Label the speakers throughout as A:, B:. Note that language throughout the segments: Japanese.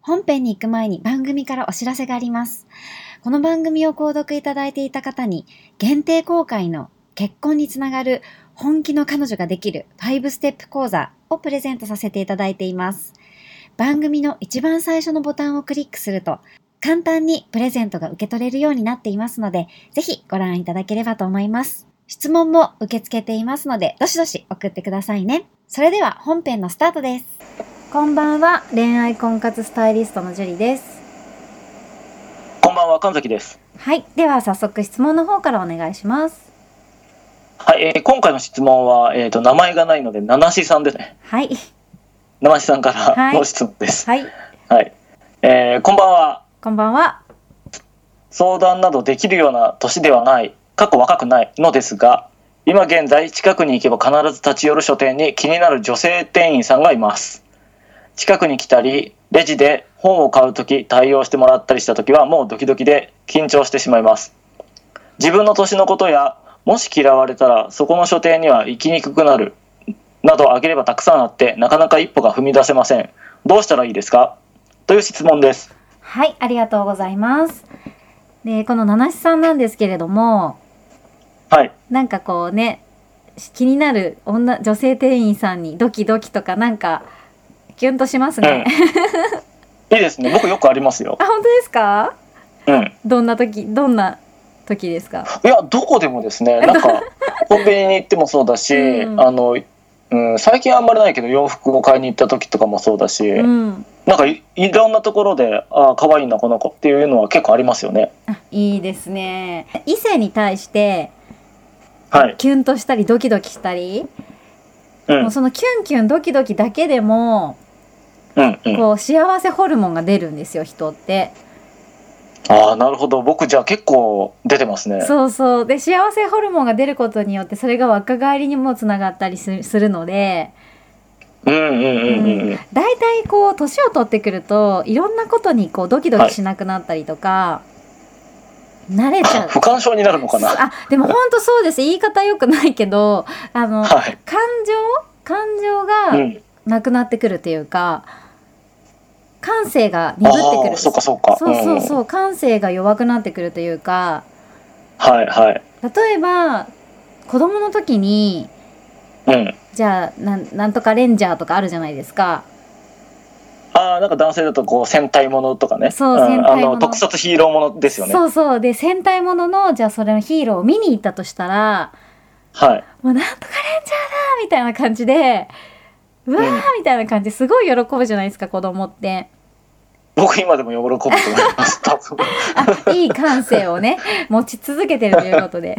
A: 本編に行く前に番組からお知らせがありますこの番組を購読いただいていた方に、限定公開の結婚につながる本気の彼女ができる5ステップ講座をプレゼントさせていただいています。番組の一番最初のボタンをクリックすると、簡単にプレゼントが受け取れるようになっていますので、ぜひご覧いただければと思います。質問も受け付けていますので、どしどし送ってくださいね。それでは本編のスタートです。こんばんは、恋愛婚活スタイリストのジュリです。
B: こんばんは、神崎です。
A: はい、では早速質問の方からお願いします。
B: はい、えー今回の質問は、えっ、と、名前がないので、七しさんですね。
A: はい、
B: 七しさんか
A: は
B: ら
A: い
B: の質問です。
A: はい、
B: はい。えーこんばんは。
A: こんばんは。
B: 相談などできるような年ではない、過去若くないのですが、今現在近くに行けば必ず立ち寄る書店に気になる女性店員さんがいます。近くに来たり、レジで本を買うとき対応してもらったりしたときはもうドキドキで緊張してしまいます。自分の年のことや、もし嫌われたらそこの書店には行きにくくなる、などあげればたくさんあって、なかなか一歩が踏み出せません。どうしたらいいですかという質問です。
A: はい、ありがとうございます。で、この七七さんなんですけれども、
B: はい。
A: なんかこうね、気になる女、女性店員さんにドキドキとかなんか、キュンとしますね。
B: うん、いいですね僕よくありますよ、
A: あ、本当ですか
B: うん、い
A: どんな時、どんな時ですか
B: やどこでもですねなんかコンビニに行ってもそうだし、
A: うん
B: あの、うん、最近あんまりないけど洋服を買いに行った時とかもそうだし、
A: うん。
B: なんかいいろんなところでああ可愛いなこの子っていうのは結構ありますよね
A: あ、いいですね。異性に対して、
B: はい、
A: キュンとしたりドキドキしたり、
B: うん、う
A: もうんそのキュンキュンドキドキだけでも、
B: うん
A: こう幸せホルモンが出るんですよ人って。
B: ああなるほど僕じゃあ結構出てますね
A: そうそうで幸せホルモンが出ることによってそれが若返りにもつながったりするするので
B: うんうんうんうんうん。
A: 大体こう年を取ってくるといろんなことにこうドキドキしなくなったりとか、慣れちゃう
B: 不干渉になるのかな
A: あでも本当そうです言い方よくないけどあの
B: はい、
A: 感情感情
B: う
A: が
B: ん、
A: なくなってくるというか感性が鈍
B: あ
A: ってくる
B: あそうかそうか
A: そうそうそ
B: ん、
A: う感性が弱くなってくるというか
B: はいはい
A: 例えば子供の時に
B: うん
A: じゃあなんなんとかレンジャーとかあるじゃないですか
B: ああ、なんか男性だとこう戦隊ものとかね。
A: そうん戦隊もの
B: あの特撮ヒーローものですよね。
A: そうそうで戦隊もののじゃあそれのヒーローを見に行ったとしたら
B: はい。
A: もうなんとかレンジャーだみたいな感じでうわー
B: うん
A: みたいな感じですごい喜ぶじゃないですか子供って
B: 僕今でも喜ぶと思います。多分
A: あいい感性を ね持ち続けてるということで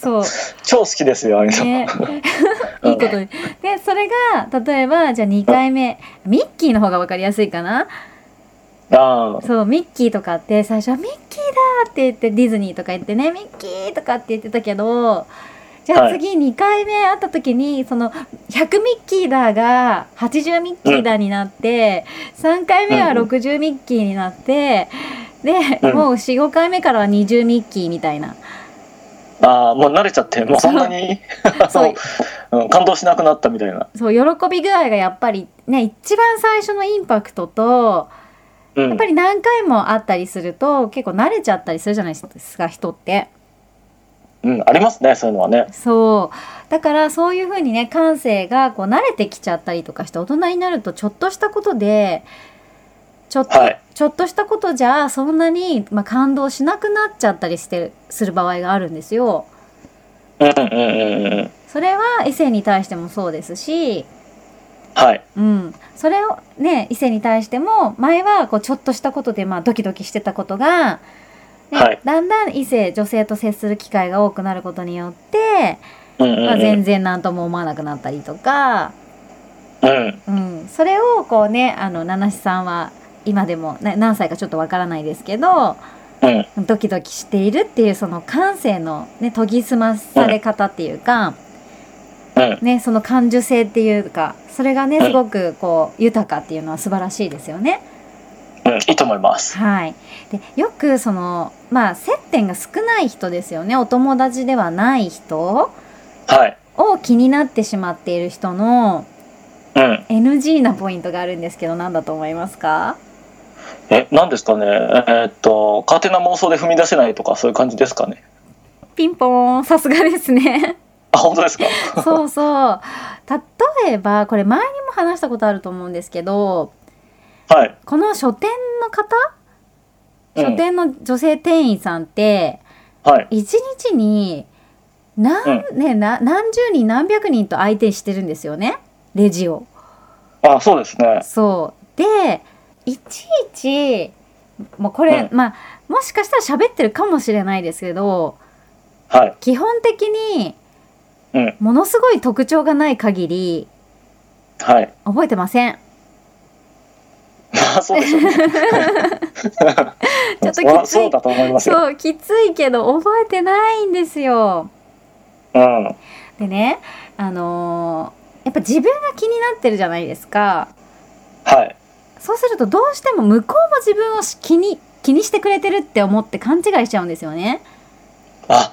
A: そう
B: 超好きですよ、アミさん。
A: ね、いいことででそれが例えばじゃあ2回目ミッキーの方が分かりやすいかな
B: あ
A: そうミッキーとかって最初は「ミッキーだ!」って言ってディズニーとか行ってね「ミッキー!」とかって言ってたけどじゃあ
B: はい
A: 次2回目会った時にその100ミッキーだが80ミッキーだになって3回目は
B: うんうん
A: 60ミッキーになってで
B: うん
A: もう45回目からは20ミッキーみたいな
B: あ、ああ、もう慣れちゃって、もうそんなに、
A: そう
B: うん、感動しなくなったみたいな。
A: そう喜び具合がやっぱりね一番最初のインパクトと
B: う
A: や
B: ん
A: っぱ。り何回も会ったりすると結構慣れちゃったりするじゃないですか人って。
B: うん、ありますね、そういうのはね。
A: そうだからそういう風にね感性がこう慣れてきちゃったりとかして大人になるとちょっとしたことでちょっと、
B: はい。
A: ちょっとしたことじゃそんなに、まあ、感動しなくなっちゃったりしてるする場合があるんですよ。
B: うんうんうんうんうん。
A: それは異性に対してもそうですし、
B: はい。
A: うん、それをね異性に対しても前はこうちょっとしたことでまあドキドキしてたことが、ね
B: はい
A: だんだん異性女性と接する機会が多くなることによって、
B: うんうん、うん。
A: まあ、全然何とも思わなくなったりとか、
B: うん。
A: うん、それをこうねあの七七さんは今でも、ね、何歳かちょっとわからないですけど
B: うん。
A: ドキドキしているっていうその感性の、ね、研ぎ澄まされ方っていうか。
B: うん。
A: ね、その感受性っていうかそれがねすごくこう豊かっていうのは素晴らしいですよね。
B: うん。いいと思います。
A: はい、でよくそのまあ接点が少ない人ですよねお友達ではない人
B: はい。
A: を気になってしまっている人の
B: うん。
A: NG なポイントがあるんですけど何だと思いますか
B: え、何ですかね。えーっと、勝手な妄想で踏み出せないとか、そういう感じですかね。
A: ピンポーンさすがです ね
B: あ、本当ですか。
A: そうそう例えばこれ前にも話したことあると思うんですけど
B: はい。
A: この書店の方
B: うん
A: 書店の女性店員さんって、
B: はい。
A: 一日に何,、ね、な何十人何百人と相手してるんですよねレジを。
B: あ、そうですね。
A: そうでいちいちもうこれ、
B: う
A: まあもしかしたら喋ってるかもしれないですけど
B: はい。
A: 基本的に
B: うん
A: ものすごい特徴がない限り
B: はい。
A: 覚えてません。
B: まあ、そうでしょ うね。
A: ちょっときつい
B: まあそうだと思いますよ。
A: そうきついけど覚えてないんですよ。
B: うん。は
A: でねあのーやっぱ自分が気になってるじゃないですか。
B: い。
A: そうするとどうしても向こうも自分をし気に気にしてくれてるって思って勘違いしちゃうんですよね。
B: あ。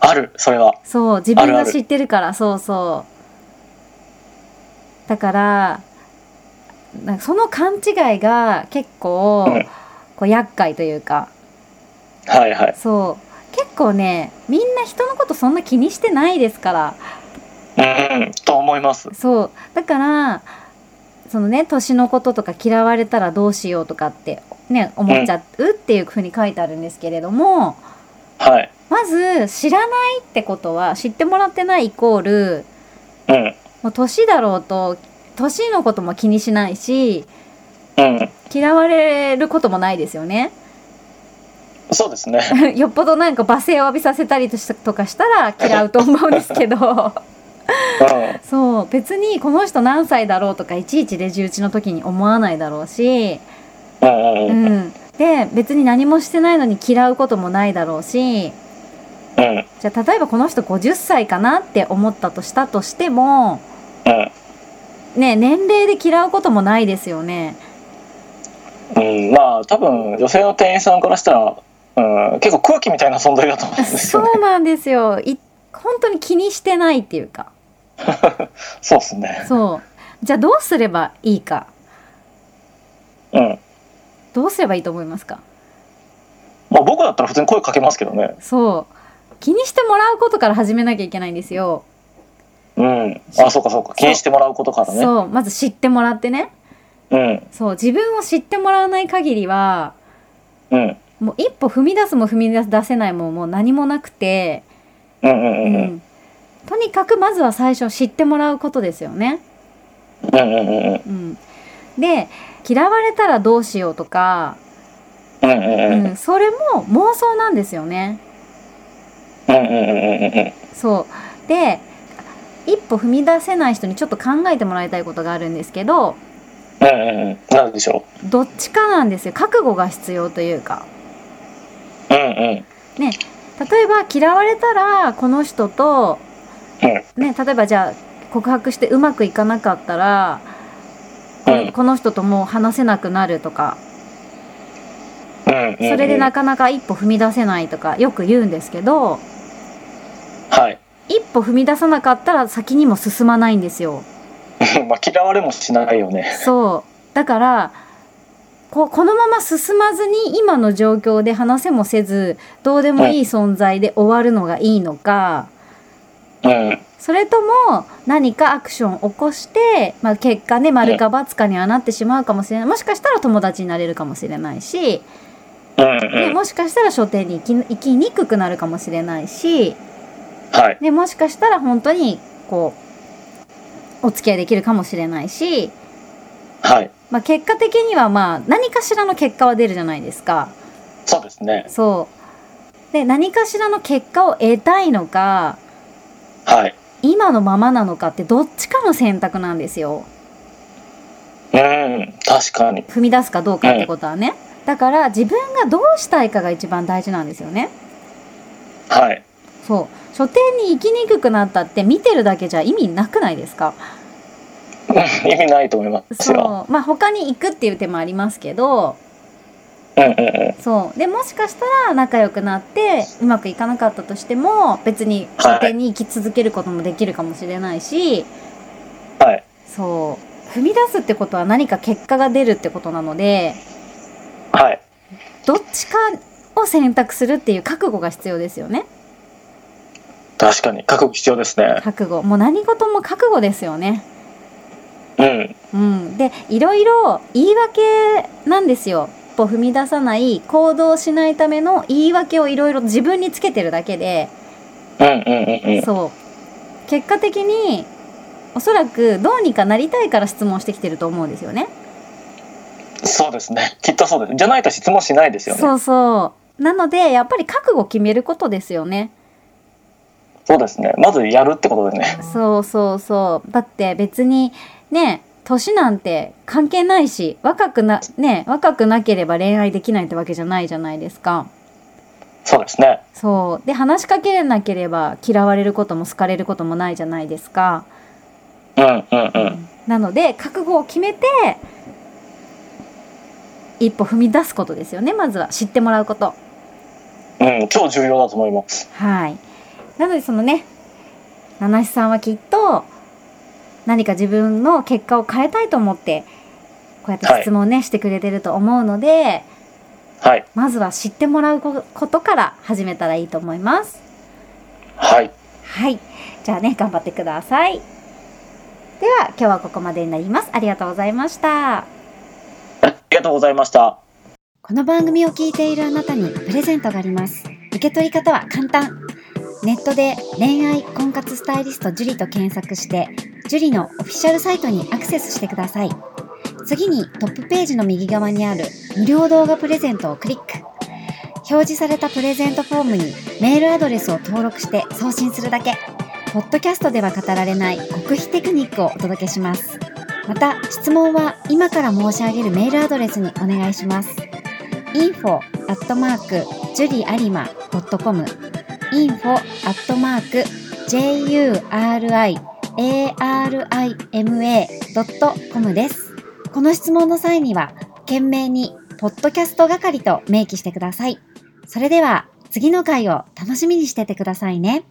B: ある、それは。
A: そう自分
B: あるあ
A: が
B: る
A: 知ってるからそうそう。だからなんかその勘違いが結構、
B: うん
A: こう厄介というか
B: はい、はい。
A: そう結構ねみんな人のことそんな気にしてないですから
B: うんうん、と思います。
A: そうだからそのね年のこととか嫌われたらどうしようとかってね思っちゃうっていうふうに書いてあるんですけれども。
B: はい。
A: まず知らないってことは知ってもらってないイコール
B: うん。
A: もう年だろうと年のことも気にしないし
B: うん。
A: 嫌われることもないですよね
B: そうですね。
A: よっぽどなんか罵声を浴びさせたりとしたとかしたら嫌うと思うんですけど
B: うん。
A: そう別にこの人何歳だろうとかいちいちレジ打ちの時に思わないだろうし、
B: うん。
A: う
B: うん。
A: ん、で別に何もしてないのに嫌うこともないだろうし
B: うん。
A: じゃあ例えばこの人50歳かなって思ったとしたとしても
B: うん。
A: ね年齢で嫌うこともないですよね
B: うん、まあ多分女性の店員さんからしたら、うん、結構空気みたいな存在だと思うんです
A: そ
B: よね。
A: うなんですよい本当に気にしてないっていうか
B: そうですね。
A: そうじゃあどうすればいいか
B: うん。
A: どうすればいいと思いますか
B: まあ僕だったら普通に声かけますけどね。
A: そう気にしてもらうことから始めなきゃいけないんですよ、
B: うん。あ、そうかそうか。気にしてもらうことからね。
A: そうまず知ってもらってね
B: うん。
A: そう自分を知ってもらわない限りは
B: うん。
A: もう一歩踏み出すも踏み出す出せないももう何もなくて、
B: うんうん
A: う
B: うんうん
A: ん、とにかくまずは最初知ってもらうことですよね
B: うんうんうんうん
A: うん、で嫌われたらどうしようとか、
B: うんうん
A: う
B: うん
A: ん、それも妄想なんですよね。
B: うんうんうん
A: そうで一歩踏み出せない人にちょっと考えてもらいたいことがあるんですけど
B: うんうんなんでしょ
A: どっちかなんですよ覚悟が必要というか
B: ううんうん
A: 例えば嫌われたらこの人と、ね、例えばじゃあ告白してうまくいかなかったらこ
B: うん
A: この人ともう話せなくなるとか
B: うん
A: それでな
B: く
A: かなか一歩踏み出せないとかよく言うんですけど。
B: はい
A: 一歩踏み出さなかったら先にも進まないんですよ。
B: まあ嫌われもしないよね
A: そう。だから、こうこのまま進まずに今の状況で話せもせず、どうでもいい存在で終わるのがいいのか、
B: うん
A: それとも何かアクションを起こして、まあ結果ね、丸か×かにはなってしまうかもしれない。もしかしたら友達になれるかもしれないし、
B: うん
A: ね
B: うん
A: もしかしたら書店に行き行きにくくなるかもしれないし、
B: はい。
A: でもしかしたら本当にこうお付き合いできるかもしれないし、
B: はい。
A: まあ、結果的にはまあ何かしらの結果は出るじゃないですか。
B: そうですね。
A: そうで何かしらの結果を得たいのか
B: はい。
A: 今のままなのかってどっちかの選択なんですよ
B: うん、確かに。
A: 踏み出すかどうかってことはね、だから自分がどうしたいかが一番大事なんですよね
B: はい。
A: そう書店に行きにくくなったって見てるだけじゃ意味なくないですか
B: うん意味ないと思います
A: そ
B: よ。
A: うまあ他に行くっていう手もありますけど
B: うんうんうん。
A: そうでもしかしたら仲良くなってうまくいかなかったとしても別に書店に行き続けることもできるかもしれないし、
B: はい。
A: そう踏み出すってことは何か結果が出るってことなので
B: はい。
A: どっちかを選択するっていう覚悟が必要ですよね
B: 確かに。覚悟必要ですね。
A: 覚悟もう何事も覚悟ですよね
B: うん。
A: うんでいろいろ言い訳なんですよ一歩踏み出さない行動しないための言い訳をいろいろ自分につけてるだけで
B: うんうんうんうん。
A: そう結果的におそらくどうにかなりたいから質問してきてると思うんですよね
B: そうですね。きっとそうです。じゃないと質問しないですよね。
A: そうそうなのでやっぱり覚悟を決めることですよね
B: そうですね。まずやるってことでね。
A: そうそうそうだって別にね年なんて関係ないし若くなね若くなければ恋愛できないってわけじゃないじゃないですか
B: そうですね。
A: そうで話しかけなければ嫌われることも好かれることもないじゃないですか
B: うんうんうん。
A: なので覚悟を決めて一歩踏み出すことですよねまずは知ってもらうこと
B: うん、超重要だと思います。
A: はい。なのでそのね、七七さんはきっと何か自分の結果を変えたいと思って、こうやって質問をね、してくれてると思うので、
B: はい。
A: まずは知ってもらうこことから始めたらいいと思います。
B: はい。
A: はい。じゃあね、頑張ってください。では、今日はここまでになります。ありがとうございました。
B: ありがとうございました。
C: この番組を聞いているあなたにプレゼントがあります。受け取り方は簡単。ネットで恋愛婚活スタイリスト樹と検索して、樹のオフィシャルサイトにアクセスしてください。次にトップページの右側にある無料動画プレゼントをクリック。表示されたプレゼントフォームにメールアドレスを登録して送信するだけ。ポッドキャストでは語られない極秘テクニックをお届けします。また、質問は今から申し上げるメールアドレスにお願いします。info アットマークジュリアリマドットコム info アットマーク juriarima ドットコムです。この質問の際には、件名にポッドキャスト係と明記してください。それでは次の回を楽しみにしててくださいね。